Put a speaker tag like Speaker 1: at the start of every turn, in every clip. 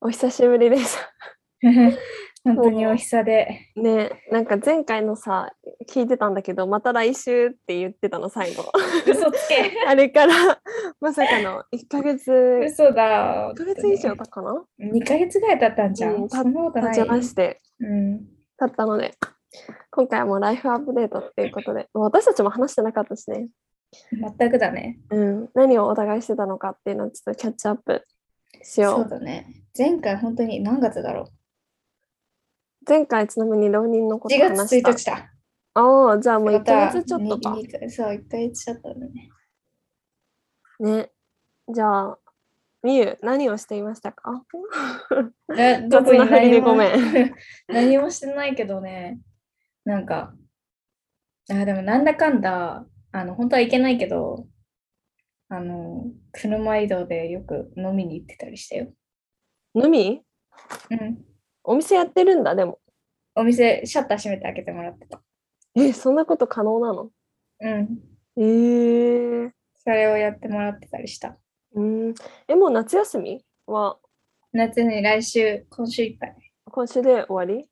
Speaker 1: お久しぶりです。
Speaker 2: 本当にお久で。
Speaker 1: ねなんか前回のさ聞いてたんだけどまた来週って言ってたの最後
Speaker 2: 嘘つけ。
Speaker 1: あれから まさかの1ヶ月
Speaker 2: 嘘だ。
Speaker 1: 1ヶ月以上だかな
Speaker 2: 2ヶ月ぐらい経ったんじゃん。
Speaker 1: うん
Speaker 2: そんなことない。
Speaker 1: 経ちまして
Speaker 2: うん。
Speaker 1: 経ったので今回はもうライフアップデートっていうことでもう私たちも話してなかったしね、
Speaker 2: 全くだね。
Speaker 1: うん、何をお互いしてたのかっていうのをちょっとキャッチアップしよ
Speaker 2: そううだね。前回本当に何月だろ
Speaker 1: 前回ちなみに浪人の
Speaker 2: う。
Speaker 1: こと
Speaker 2: 1
Speaker 1: 話
Speaker 2: 月
Speaker 1: した
Speaker 2: 1日だ。
Speaker 1: ああじゃあもう
Speaker 2: ま
Speaker 1: 1
Speaker 2: た
Speaker 1: ヶ月ちょっとか
Speaker 2: ににそう、1ヶ月ちょっとだね。
Speaker 1: ねじゃあみゆ何をしていましたか
Speaker 2: え
Speaker 1: 雑
Speaker 2: 特
Speaker 1: な
Speaker 2: に
Speaker 1: 振り
Speaker 2: 何
Speaker 1: で
Speaker 2: も
Speaker 1: ごめ
Speaker 2: 何もしてないけどね、なんか、あでもなんだかんだ、あの本当はいけないけど、あの車移動でよく飲みに行ってたりしたよ。
Speaker 1: 飲み
Speaker 2: うん、
Speaker 1: お店やってるんだでも
Speaker 2: お店シャッター閉めて開けてもらってた。
Speaker 1: えそんなこと可能なの
Speaker 2: うん、
Speaker 1: えー、
Speaker 2: それをやってもらってたりした。
Speaker 1: うんえもう夏休みは
Speaker 2: 夏に来週、今週いっぱい
Speaker 1: 今週で終わり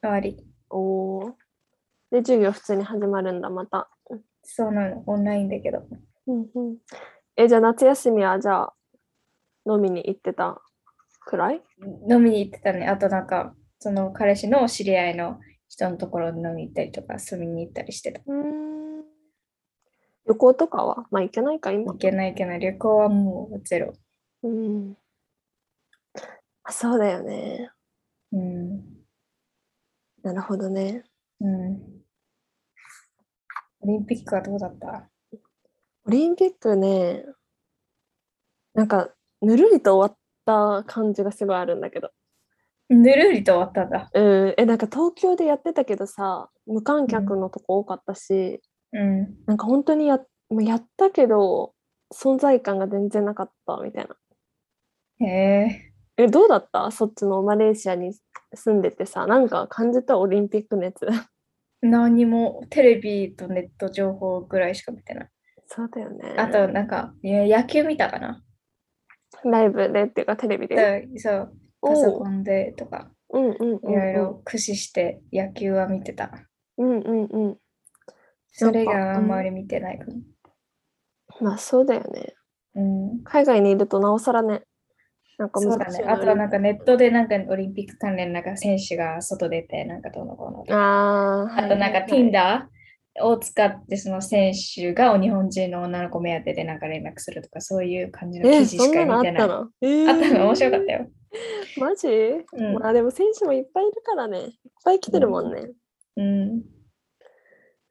Speaker 2: 終わり。
Speaker 1: おおで授業普通に始まるんだまた、
Speaker 2: そうなの、オンラインだけど。
Speaker 1: うんうん、えじゃあ夏休みはじゃあ飲みに行ってたくらい
Speaker 2: 飲みに行ってたね。あとなんか、その彼氏の知り合いの人のところに飲みに行ったりとか、遊びに行ったりしてた。
Speaker 1: うん旅行とかはまあ行けないか今
Speaker 2: いけないいけない。旅行はもうゼロ。
Speaker 1: うんあそうだよね
Speaker 2: うん。
Speaker 1: なるほどね
Speaker 2: うん。オリンピックはどうだった
Speaker 1: オリンピックねなんかぬるりと終わった感じがすごいあるんだけど
Speaker 2: ぬるりと終わったんだ。
Speaker 1: うんえなんか東京でやってたけどさ無観客のとこ多かったし、
Speaker 2: うん。
Speaker 1: なんか本当にやもうやったけど存在感が全然なかったみたいな
Speaker 2: へえ。
Speaker 1: えどうだったそっちのマレーシアに住んでてさなんか感じたオリンピック熱
Speaker 2: 何もテレビとネット情報ぐらいしか見てない。
Speaker 1: そうだよね
Speaker 2: あと、なんか、いや野球見たかな。
Speaker 1: ライブでっていうかテレビで
Speaker 2: うんそう、パソコンでとか、
Speaker 1: うんうんうん
Speaker 2: いろいろ駆使して野球は見てた。
Speaker 1: うんうんうん
Speaker 2: それがあんまり見てないかも。
Speaker 1: まあそうだよね
Speaker 2: うん。
Speaker 1: 海外にいるとなおさらねなんか
Speaker 2: そう
Speaker 1: 難
Speaker 2: だ
Speaker 1: しい。
Speaker 2: ね
Speaker 1: よ
Speaker 2: あとはなんかネットでなんかオリンピック関連なんか選手が外出てなんかどうのこうのとか
Speaker 1: あー
Speaker 2: あとなんか Tinder を使ってその選手が日本人の女の子目当てでなんか連絡するとかそういう感じの
Speaker 1: え
Speaker 2: 記事し
Speaker 1: そん
Speaker 2: か
Speaker 1: なのあ
Speaker 2: 見
Speaker 1: って
Speaker 2: ない。
Speaker 1: た
Speaker 2: あっ
Speaker 1: のえー
Speaker 2: たの面白かったよ。
Speaker 1: マジ、
Speaker 2: うん
Speaker 1: まあでも選手もいっぱいいるからねいっぱい来てるもんね、
Speaker 2: うん。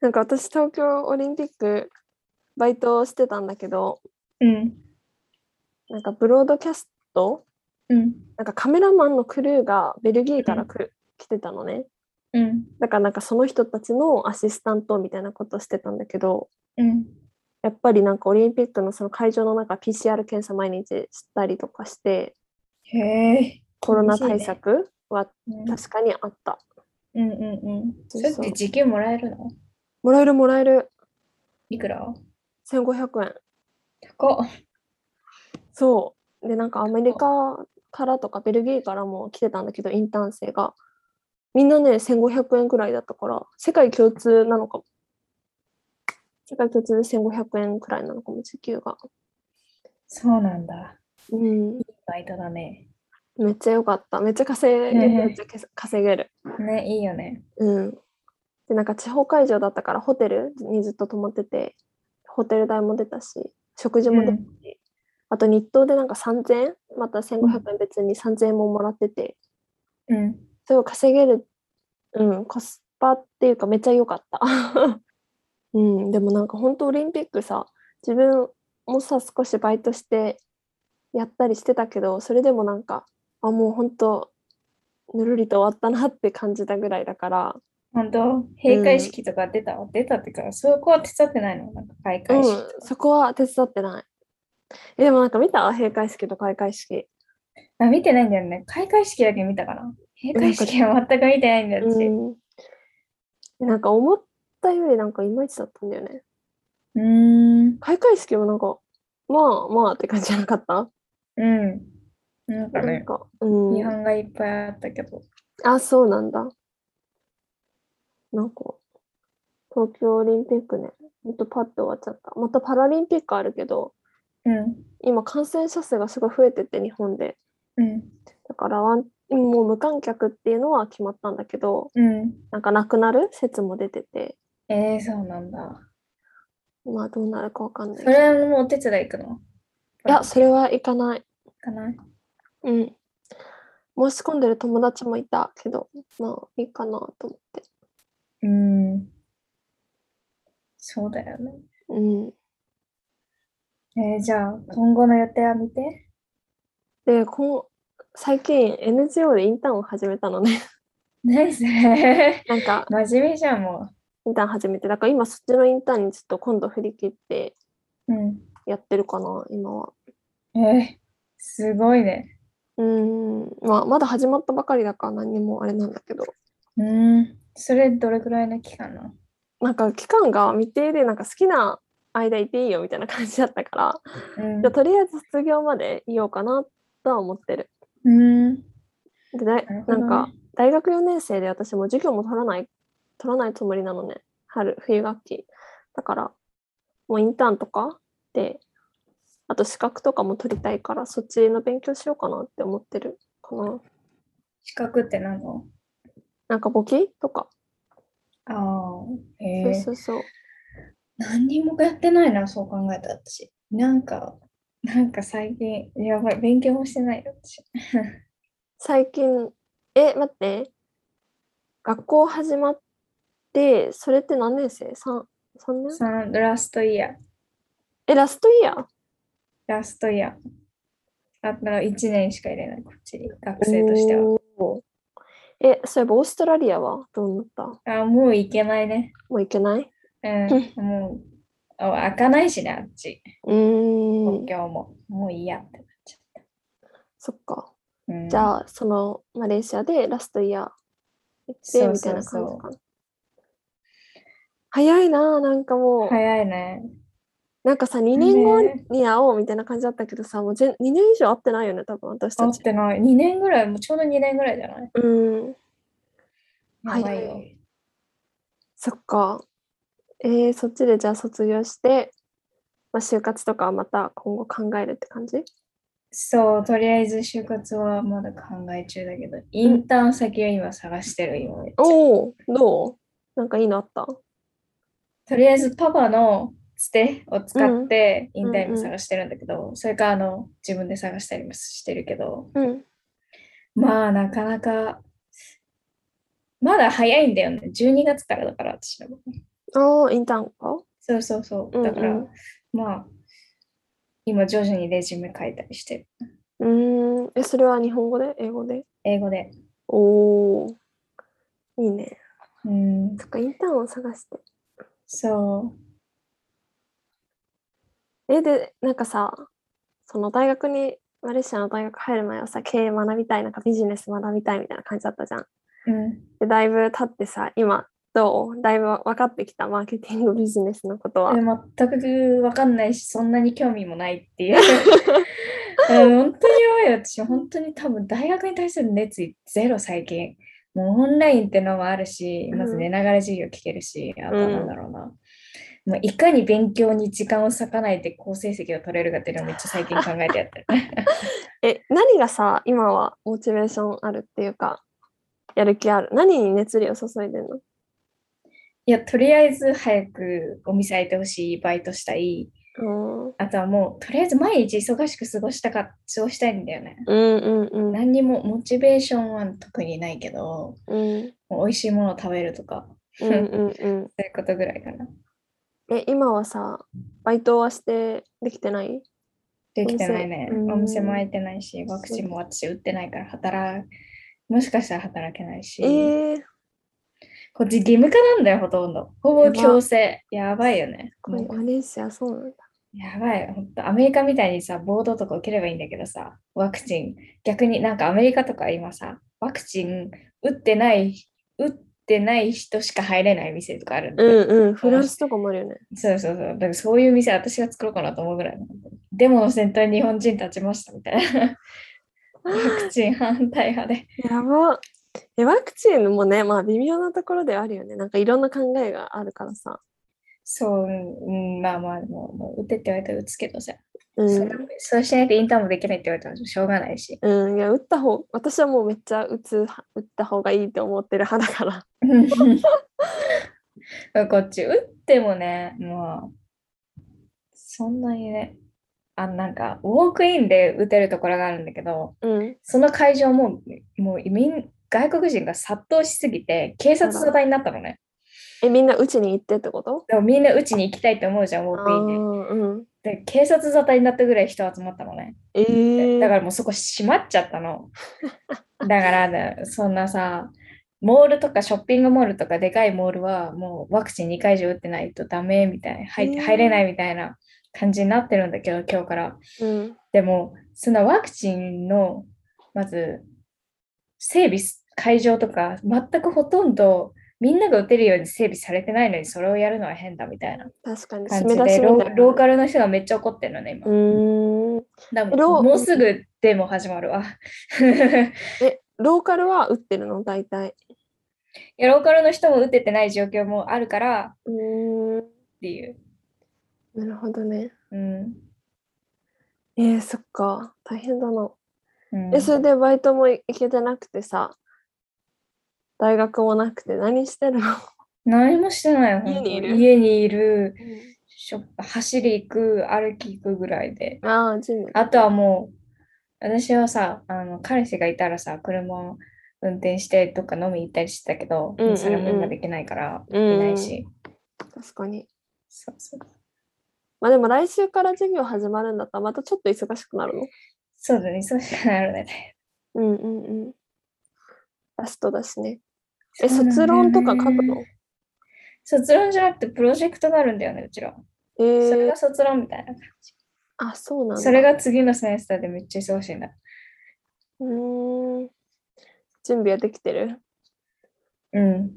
Speaker 1: なんか私東京オリンピックバイトをしてたんだけど
Speaker 2: うん。
Speaker 1: なんかブロードキャスト
Speaker 2: うん。
Speaker 1: なんかカメラマンのクルーがベルギーから来る来てたのね
Speaker 2: うん。
Speaker 1: だからなんかその人たちのアシスタントみたいなことしてたんだけど
Speaker 2: うん。
Speaker 1: やっぱりなんかオリンピックのその会場の中 PCR 検査毎日したりとかして
Speaker 2: へえ。
Speaker 1: コロナ
Speaker 2: 厳しいね
Speaker 1: 対策は
Speaker 2: うん
Speaker 1: 確かにあった、
Speaker 2: うんうんうん。
Speaker 1: そ
Speaker 2: そうれって時給もらえるの
Speaker 1: もらえるもらえる
Speaker 2: いくら
Speaker 1: 1500円
Speaker 2: 高っ。
Speaker 1: そう。で、なんかアメリカからとかベルギーからも来てたんだけど、インターン生が。みんなね、1500円くらいだったから、世界共通なのかも。世界共通で1500円くらいなのかも、時給が。
Speaker 2: そうなんだ。
Speaker 1: うん。
Speaker 2: バイトだね。
Speaker 1: めっちゃ良かった。めっちゃ稼げる。
Speaker 2: ねえ
Speaker 1: めっちゃ稼げる。
Speaker 2: ね、いいよね。
Speaker 1: うん。で、なんか地方会場だったから、ホテルにずっと泊まってて、ホテル代も出たし、食事も出たし、あと日当でなんか3000円、また1500円別に3000円ももらってて、
Speaker 2: うん。
Speaker 1: すごい稼げる、うん、コスパっていうかめっちゃ良かった。 うん、でもなんか本当オリンピックさ自分もさ少しバイトしてやったりしてたけどそれでもなんかあもう本当ぬるりと終わったなって感じたぐらいだから、
Speaker 2: 本当閉会式とか出た、出たってから、そこは手伝ってないのなんか開
Speaker 1: う
Speaker 2: 会
Speaker 1: ん
Speaker 2: 式とか、
Speaker 1: そこは手伝ってない。えでもなんか見た閉会式と開会式。
Speaker 2: あ、見てないんだよね。開会式だけ見たかな。閉会式は全く見てないんだよ、私。う
Speaker 1: うん、なんか思ったよりなんかいまいちだったんだよね。
Speaker 2: ーん。
Speaker 1: 開会式もなんかまあまあって感じじゃなかった
Speaker 2: うん。なんか
Speaker 1: なん
Speaker 2: ね、
Speaker 1: か、うん。
Speaker 2: 違反がいっぱいあったけど。
Speaker 1: あ、そうなんだ。なんか、東京オリンピックね、ほんとパッと終わっちゃった。またパラリンピックあるけど、
Speaker 2: うん。
Speaker 1: 今感染者数がすごい増えてて、日本で。
Speaker 2: うん。
Speaker 1: だからワン、もう無観客っていうのは決まったんだけど、
Speaker 2: うん。
Speaker 1: なんかなくなる説も出てて、
Speaker 2: えー、そうなんだ。
Speaker 1: まあどうなるかわかんない
Speaker 2: そ
Speaker 1: けど。
Speaker 2: れもお手伝い行くの
Speaker 1: いや、それはいかない。
Speaker 2: かな
Speaker 1: うん。申し込んでる友達もいたけど、まあいいかなと思って。
Speaker 2: うん。そうだよね。
Speaker 1: うん。
Speaker 2: えー、じゃあ、今後の予定は見て。
Speaker 1: で、こう、最近 NGO でインターンを始めたの ね。
Speaker 2: 何それ
Speaker 1: なんか、
Speaker 2: 真面目じゃん、も
Speaker 1: インターン始めて、だから今そっちのインターンにちょっと今度振り切って
Speaker 2: う。うん。
Speaker 1: やってるかな、今は。
Speaker 2: えー、すごいね。
Speaker 1: うん、まあまだ始まったばかりだから何もあれなんだけど、
Speaker 2: うん。それ、どれくらいの期間なの
Speaker 1: なんか期間が未定で、なんか好きな間いていいよみたいな感じだったから、
Speaker 2: うん
Speaker 1: じゃあとりあえず卒業までいようかなとは思ってる。
Speaker 2: うん。
Speaker 1: でだい
Speaker 2: なるほ
Speaker 1: な
Speaker 2: どね
Speaker 1: んか大学4年生で私も授業も取らない取らないつもりなのね春冬学期だからもうインターンとかであと資格とかも取りたいからそっちの勉強しようかなって思ってるかな
Speaker 2: 資格って何の
Speaker 1: なんか簿記とか、
Speaker 2: ああ、え
Speaker 1: そうそ
Speaker 2: ー
Speaker 1: うそう
Speaker 2: 何にもやってないな、そう考えたら私。なんか、なんか最近、やばい、勉強もしてないよ、私。
Speaker 1: 最近え待って学校始まってそれって何年生 ?3 3年
Speaker 2: さんラストイヤー、
Speaker 1: えラストイヤー
Speaker 2: ラストイヤー。だったら1年しか入れない、こっちに、学生としては。
Speaker 1: おーえそういえばオーストラリアはどうなった
Speaker 2: あもう行けないね。
Speaker 1: もういけない
Speaker 2: うん、もうあ、開かないしね、あっち。
Speaker 1: うー
Speaker 2: 東
Speaker 1: ん、
Speaker 2: 京も。もういいやってなっちゃっ
Speaker 1: そっか。
Speaker 2: た。うん、
Speaker 1: じゃあ、そのマレーシアでラストイヤー行って
Speaker 2: そう
Speaker 1: みた
Speaker 2: そ
Speaker 1: いうな
Speaker 2: そう
Speaker 1: 感じかな。早いなあ、なんかもう、
Speaker 2: 早いね。
Speaker 1: なんかさ、2年後
Speaker 2: ね
Speaker 1: に会おうみたいな感じだったけどさ、もう全2年以上会ってないよね、多分私
Speaker 2: 会
Speaker 1: た
Speaker 2: っ
Speaker 1: ち。
Speaker 2: てない。2年ぐらい、もうちょうど2年ぐらいじゃない
Speaker 1: うん、
Speaker 2: やばいよ。
Speaker 1: 早そっか。えー、そっちでじゃあ卒業して、まあ、就活とかはまた今後考えるって感じ
Speaker 2: そう、とりあえず就活はまだ考え中だけど、インターン先を今探してる、今めっちゃ
Speaker 1: おお、どうなんかいいのあった
Speaker 2: とりあえずパパのつてを使ってイ
Speaker 1: ん
Speaker 2: ンターンを探してるんだけど、それかあの自分で探したりもしてるけど、
Speaker 1: うん。
Speaker 2: まあなかなか、まだ早いんだよね。12月からだから、私の。
Speaker 1: ああ、インターンか
Speaker 2: そうそうそ
Speaker 1: うんう
Speaker 2: う。
Speaker 1: ん
Speaker 2: だから、まあ、今徐々にレジュメ書いたりしてる、
Speaker 1: うーん。え、それは日本語で英語で
Speaker 2: 英語で。
Speaker 1: おお、いいね。
Speaker 2: うん、
Speaker 1: そっか、インターンを探して。
Speaker 2: そう。
Speaker 1: え、で、なんかさ、その大学に、マレーシアの大学入る前はさ、経営学びたい、なんかビジネス学びたいみたいな感じだったじゃん。
Speaker 2: うん、
Speaker 1: で、だいぶ経ってさ、今、どうだいぶ分かってきた、マーケティングビジネスのことは。
Speaker 2: で全くわかんないし、そんなに興味もないっていう。うん本当に弱いよ私、本当に多分大学に対する熱意ゼロ最近。もうオンラインってのもあるし、まず寝ながら授業聞けるし、あとなんだろうな。もういかに勉強に時間を割かないで好成績を取れるかっていうのをめっちゃ最近考えてやってる。
Speaker 1: え、何がさ、今はモチベーションあるっていうか、やる気ある。何に熱量注いでんの
Speaker 2: いや、とりあえず早くお店開いてほしい、バイトしたい。
Speaker 1: う
Speaker 2: あとはもう、とりあえず毎日忙しく過ごしたか、過ごしたいんだよね。
Speaker 1: ーんうんうんうん
Speaker 2: 何にもモチベーションは特にないけど、
Speaker 1: うん
Speaker 2: もう美味しいものを食べるとか、
Speaker 1: うんうんうん。
Speaker 2: そういうことぐらいかな。
Speaker 1: え、今はさ、バイトはしてできてない
Speaker 2: できてないね。
Speaker 1: お
Speaker 2: お
Speaker 1: 店
Speaker 2: 店
Speaker 1: うん
Speaker 2: も開いてないし、ワクチンも私打ってないから働、もしかしたら働けないし、
Speaker 1: えー、
Speaker 2: こっち義務化なんだよ、ほとんど。ほぼ強制。やばいよね。
Speaker 1: これ
Speaker 2: もう
Speaker 1: マレーシアそうなんだ。
Speaker 2: やばい、本当アメリカみたいにさ、ボードとか受ければいいんだけどさ、ワクチン、逆になんかアメリカとか今さ、ワクチン打ってない、打ってない人しか入れない店とかあるんだよ
Speaker 1: うんうん、フランスとかもあるよね。
Speaker 2: そうそうそう。だからそういう店私が作ろうかなと思うぐらいの。デモの先頭に日本人立ちましたみたいな。ワクチン反対派で。
Speaker 1: やば。え、ワクチンもね、まあ微妙なところではあるよね。なんかいろんな考えがあるからさ。
Speaker 2: そう、うん、まあまあ、もう、もう打てって言われたら打つけどさ、
Speaker 1: う
Speaker 2: そ
Speaker 1: ん
Speaker 2: れ。そうしないとインターンもできないって言われたらしょうがな いし。
Speaker 1: うん、いや、打った方、私はもうめっちゃ打つ、打った方がいいって思ってる派だから。
Speaker 2: こっち打ってもね、もう、そんなにね、あなんか、ウォークインで打てるところがあるんだけど、
Speaker 1: うん。
Speaker 2: その会場も、もう移民、外国人が殺到しすぎて、警察沙汰になったのね。
Speaker 1: え、みんな打ちに行ってってこと
Speaker 2: でもみんな打ちに行きたいって思うじゃん、ウ
Speaker 1: あ
Speaker 2: ォー
Speaker 1: あ
Speaker 2: クイン
Speaker 1: ー、うん。
Speaker 2: で。で、警察沙汰になったぐらい人集まったのね。
Speaker 1: えー、
Speaker 2: だからもうそこ閉まっちゃっ たの。だからね、そんなさ、モールとかショッピングモールとかでかいモールはもうワクチン2回以上打ってないとダメみたいな、入
Speaker 1: へー
Speaker 2: 入れないみたいな感じになってるんだけど、今日から。
Speaker 1: うん、
Speaker 2: でも、そのワクチンの、まず、整備す、会場とか、全くほとんどみんなが打てるように整備されてないのに、それをやるのは変だみたいな
Speaker 1: 確かに、
Speaker 2: 感
Speaker 1: 締
Speaker 2: じ
Speaker 1: め
Speaker 2: で、
Speaker 1: 出し
Speaker 2: ロ
Speaker 1: みたい
Speaker 2: ー
Speaker 1: な。
Speaker 2: ローカルの人がめっちゃ怒ってるのね、今。
Speaker 1: うーん。
Speaker 2: だも
Speaker 1: ロ
Speaker 2: んもうすぐでも始まるわ。
Speaker 1: え、ローカルは打ってるの大体。
Speaker 2: いやローカルの人も打ててない状況もあるからっ
Speaker 1: うーん。
Speaker 2: ていう。
Speaker 1: なるほどね。
Speaker 2: うん
Speaker 1: えー、そっか。大変だな。
Speaker 2: うん
Speaker 1: え、それでバイトも行けてなくてさ、大学もなくて何してるの、
Speaker 2: 何もしてないよ。
Speaker 1: 家にいる
Speaker 2: 本当家にいるショップ走り行く、歩き行くぐらいで。
Speaker 1: ああ、ジム。
Speaker 2: あとはもう、私はさ、あの彼氏がいたらさ、車を運転してどっか飲み行ったりしてたけど、
Speaker 1: うんうんうん
Speaker 2: それも今できないから、い
Speaker 1: うん
Speaker 2: ないし。
Speaker 1: 確かに。
Speaker 2: そうそう
Speaker 1: まあでも来週から授業始まるんだったらまたちょっと忙しくなるの。
Speaker 2: そうだね、そうしかなるね。
Speaker 1: うんうんうん。ラストだしね。 え、
Speaker 2: そうなんだ
Speaker 1: 卒
Speaker 2: よね
Speaker 1: 論とか書くの
Speaker 2: 卒論じゃなくてプロジェクトがあるんだよね、うちら。
Speaker 1: え
Speaker 2: それ
Speaker 1: ー
Speaker 2: が、卒論みたいな。
Speaker 1: あ、そうなんだ。
Speaker 2: それが次のセンスターでめっちゃ忙しいんだ。
Speaker 1: うーん。準備はできてる
Speaker 2: うん。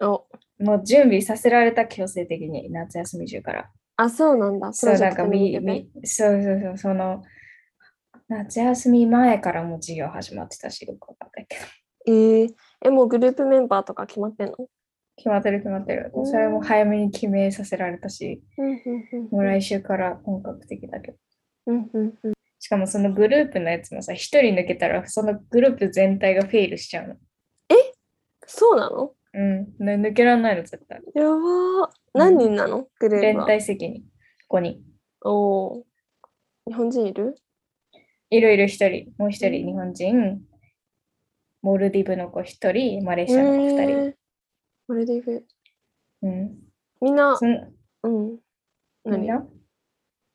Speaker 1: お、
Speaker 2: もう準備させられた強制的に夏休み中から。
Speaker 1: あ、そうなんだ。
Speaker 2: そう、なんか
Speaker 1: に
Speaker 2: み、
Speaker 1: 向けて
Speaker 2: み、そうそうそう、その、夏休み前からもう授業始まってたし、よくわかんないけど。
Speaker 1: えー、え、もうグループメンバーとか決まってんの
Speaker 2: 決まってる決まってる
Speaker 1: う。ん
Speaker 2: それも早めに決めさせられたし、
Speaker 1: うんうんうん
Speaker 2: もう来週から本格的だけど。
Speaker 1: うんうんうん。
Speaker 2: しかもそのグループのやつもさ、一人抜けたらそのグループ全体がフェイルしちゃうの。
Speaker 1: そうなの
Speaker 2: うん。ね抜けられないの絶対。
Speaker 1: やばー。何人なのグルー
Speaker 2: 連
Speaker 1: プは。
Speaker 2: 帯責任。ここに。
Speaker 1: おー日本人いる
Speaker 2: いろいろ一人、もう一
Speaker 1: う
Speaker 2: 人
Speaker 1: ん
Speaker 2: 日本人、モルディブの子一人、マレーシアの子二
Speaker 1: え
Speaker 2: 人。
Speaker 1: ーマルディブ。
Speaker 2: うん。
Speaker 1: みんな
Speaker 2: そ、ん
Speaker 1: うん。何
Speaker 2: 何だ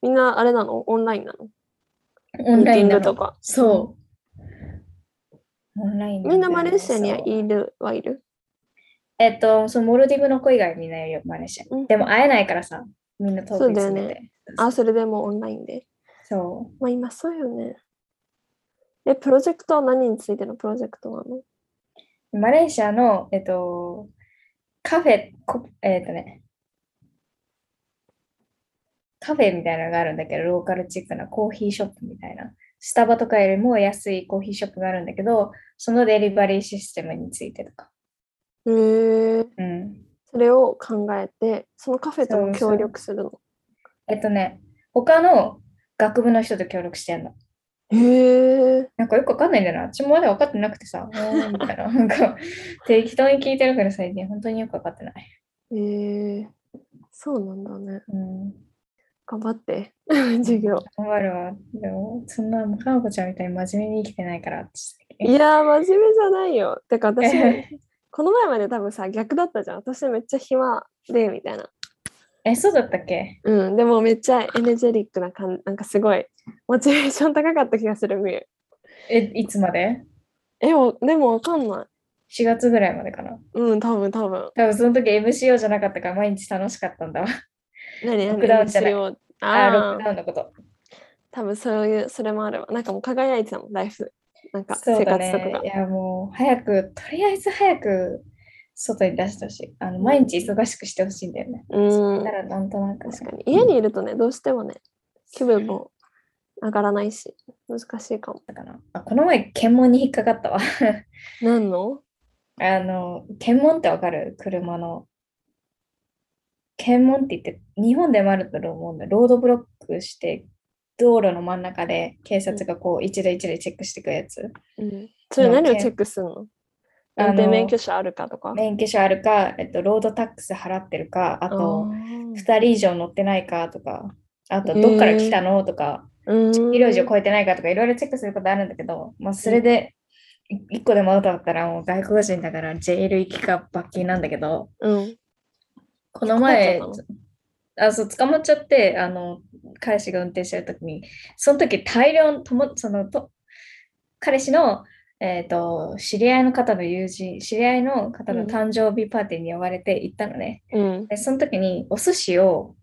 Speaker 1: みんなあれなのオンラインなの
Speaker 2: オンライ
Speaker 1: ミ
Speaker 2: ンな
Speaker 1: ーティングと
Speaker 2: の。
Speaker 1: か。
Speaker 2: そう。オンラインだ
Speaker 1: みんなマレーシアには
Speaker 2: そう
Speaker 1: いるはいる。
Speaker 2: えっと、そのモルディブの子以外みんないるよ、マレーシア
Speaker 1: うん
Speaker 2: に。でも会えないからさ、みんな遠くに住ん
Speaker 1: そうだ
Speaker 2: で
Speaker 1: よ
Speaker 2: て。
Speaker 1: あ、それでもうオンラインで。
Speaker 2: そ
Speaker 1: まあ今そうよね。え、プロジェクトは何についてのプロジェクトなの
Speaker 2: う。マレーシアの、えっと、カフェ、こえっとね、カフェみたいなのがあるんだけど、ローカルチックなコーヒーショップみたいな。スタバとかよりも安いコーヒーショップがあるんだけど、そのデリバリーシステムについてとか。
Speaker 1: へえ。
Speaker 2: うん。
Speaker 1: それを考えて、そのカフェとも
Speaker 2: そうそ
Speaker 1: 協
Speaker 2: う
Speaker 1: 力するの。
Speaker 2: えっとね、他の学部の人と協力してんの。
Speaker 1: へえ。
Speaker 2: なんかよくわかんないんだよな。あっちもまだ分かってなく てさ、おーみた いな。なんか適当に聞いてるから最近本当によく分かってない。
Speaker 1: へえ。そうなんだね。
Speaker 2: うん。
Speaker 1: 頑張 って。授業。
Speaker 2: 頑張るわ。でも、そんな、かなこちゃんみたいに真面目に生きてないからって。
Speaker 1: いやー、真面目じゃないよ。てか 私、この前まで多分さ、逆だったじゃん。私めっちゃ暇で、みたいな。
Speaker 2: え、そうだったっけ
Speaker 1: うん、でもめっちゃエネジェリックな感じ、なんかすごい、モチベーション高かった気がする、みゆ。
Speaker 2: え、いつまで
Speaker 1: え、もうでもわかんない。
Speaker 2: ?4 月ぐらいまでかな。
Speaker 1: うん、多分多分。
Speaker 2: 多分その時 MCO じゃなかったから毎日楽しかったんだわ。
Speaker 1: 何
Speaker 2: ロ
Speaker 1: 何
Speaker 2: ックダウンじゃない
Speaker 1: MCO
Speaker 2: あーロッ
Speaker 1: あ
Speaker 2: ク
Speaker 1: あ、
Speaker 2: ダウンのこと。
Speaker 1: 多分そういう、それもあるわ。なんかもう輝いてたもん、ライフ。なんか
Speaker 2: そう
Speaker 1: 生
Speaker 2: だ
Speaker 1: 活とか
Speaker 2: ね
Speaker 1: が。。
Speaker 2: いや、もう早く、とりあえず早く外に出してほしい。あの、
Speaker 1: うん
Speaker 2: 毎日忙しくしてほしいんだよね。
Speaker 1: うん
Speaker 2: だか、らなんとなく。
Speaker 1: 確かに。家にいるとね、どうしてもね、気分も上がらないし、難しいかも。
Speaker 2: だからあこの前、検問に引っかかったわ。
Speaker 1: 何の
Speaker 2: あの、検問ってわかる車の。検問って言って、日本でもあると思うんだ。ロードブロックして、道路の真ん中で警察がこう、一例一例チェックしていくやつ。
Speaker 1: うん、それ何をチェックするの運
Speaker 2: あの
Speaker 1: 転免許証あるかとか。
Speaker 2: 免許証あるか、えっと、ロードタックス払ってるか、あ
Speaker 1: あ
Speaker 2: と、
Speaker 1: ー
Speaker 2: 2人以上乗ってないかとか、あと、どっから来たのとか、
Speaker 1: うん
Speaker 2: 医療時を超えてないかとか、いろいろチェックすることあるんだけど、まあ、それで、1個でもアウトだったら、もう外国人だから、ジェイル行きか罰金なんだけど、
Speaker 1: うん。
Speaker 2: この
Speaker 1: 捕
Speaker 2: 前
Speaker 1: まっちゃ、
Speaker 2: あそう捕まっちゃって、あの彼氏が運転してるときに、その時大量ともそのと彼氏の、えー、と知り合いの方の友人、知り合いの方
Speaker 1: うん
Speaker 2: の誕生日パーティーに呼ばれて行ったのね。
Speaker 1: うん。
Speaker 2: でその時にお寿司を、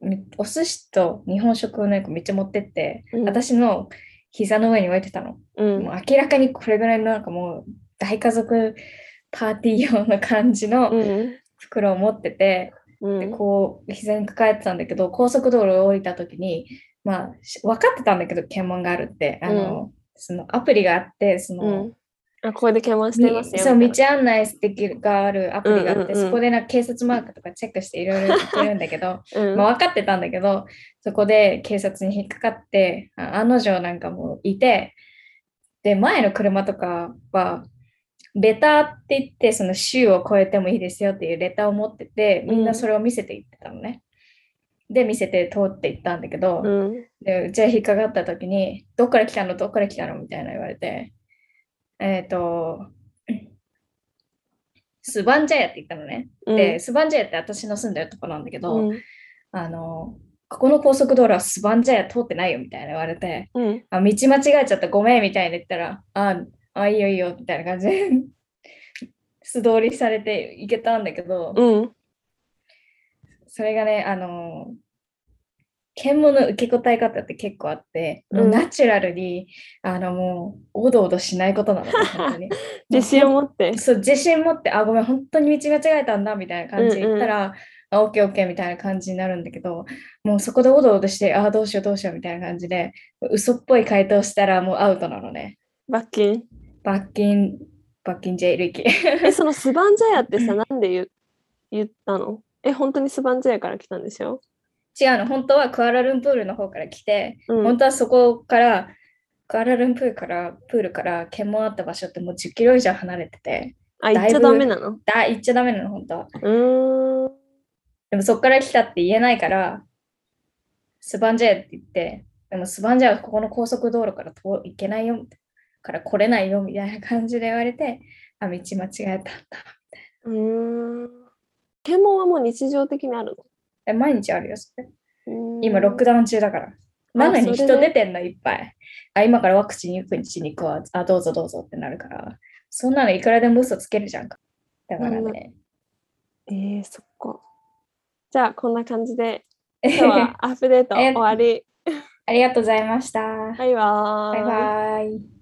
Speaker 2: みお寿司と日本食をなんかめっちゃ持ってって、
Speaker 1: うん
Speaker 2: 私の膝の上に置いてたの。
Speaker 1: うん
Speaker 2: もう明らかにこれぐらいのなんかもう大家族パーティー用の感じ
Speaker 1: う
Speaker 2: の
Speaker 1: ん。
Speaker 2: 袋を持ってて、
Speaker 1: う
Speaker 2: で
Speaker 1: ん。
Speaker 2: こう膝に抱えてたんだけど高速道路を降りた時にまあし分かってたんだけど検問があるってあの、そのアプリがあってその、
Speaker 1: うん。あ、ここで検問してますよ。
Speaker 2: そう
Speaker 1: みたい
Speaker 2: 道案内できるがあるアプリがあって、
Speaker 1: うんうんうん
Speaker 2: そこでなんか警察マークとかチェックしていろいろやってるんだけど、
Speaker 1: なうん
Speaker 2: まあ、分かってたんだけどそこで警察に引っかかってあ案の定なんかもういてで前の車とかはレターって言ってその州を越えてもいいですよっていうレターを持っててみんなそれを見せていってたのね。で見せて通っていったんだけど、
Speaker 1: うん。
Speaker 2: でじゃあ引っかかった時に「どっから来たのどっから来たの?」みたいな言われてえっ、とスバンジャヤって言ったのね。
Speaker 1: うん
Speaker 2: で、スバンジャヤって私の住んでるとこなんだけど、
Speaker 1: うん。
Speaker 2: あの、ここの高速道路はスバンジャヤ通ってないよみたいな言われて、
Speaker 1: うん。
Speaker 2: あ、道間違えちゃった、ごめんみたいな言ったら、あ、あいいよいいよみたいな感じで素通りされて行けたんだけど、
Speaker 1: うん。。
Speaker 2: それがね、あの、検問の受け答え方って結構あって、もううんナチュラルに、あのもう、おどおどしないことなのね、本当に
Speaker 1: 自信を持って。
Speaker 2: そう自信持って、あ、ごめん、本当に道間違えたんだみたいな感じで言ったら、あ、オッケーオッケーみたいな感じになるんだけど、もうそこでおどおどして、あ、どうしようどうしようみたいな感じで、嘘っぽい回答したらもうアウトなのね。
Speaker 1: 罰金。
Speaker 2: 罰金、罰金ジェイル行き。
Speaker 1: え、そのスバンジャヤってさ、なんで言う言ったのえ、本当にスバンジャヤから来たんでしょ
Speaker 2: 違うの、本当はクアラルンプールの方から来て、
Speaker 1: うん
Speaker 2: 本当はそこから、クアラルンプールから、プールから検問あった場所ってもう10キロ以上離れてて、
Speaker 1: あ、言っちゃダメなの
Speaker 2: だ行っちゃダメなの、本当は。
Speaker 1: うーん。
Speaker 2: でもそこから来たって言えないから、スバンジェって言って、でもスバンジェはここの高速道路から遠行けないよ、みたいなから来れないよみたいな感じで言われて、あ、道間違えたんだ。
Speaker 1: うーん。検問はもう日常的にある
Speaker 2: え毎日あるよ、それ。
Speaker 1: の
Speaker 2: 今、ロック
Speaker 1: だ。
Speaker 2: ダウン中だから。なのに
Speaker 1: そ
Speaker 2: 人
Speaker 1: れで
Speaker 2: 出てんの、いっぱい。あ、今からワクチン打ちに行こう。あ、どうぞどうぞってなるから。そんなのいくらでも嘘つけるじゃんか。だからね。
Speaker 1: えー、そっか。じゃあ、こんな感じ で、今日 はアップデート終わり。
Speaker 2: ありがとうございました。
Speaker 1: バイバー
Speaker 2: バイバイ。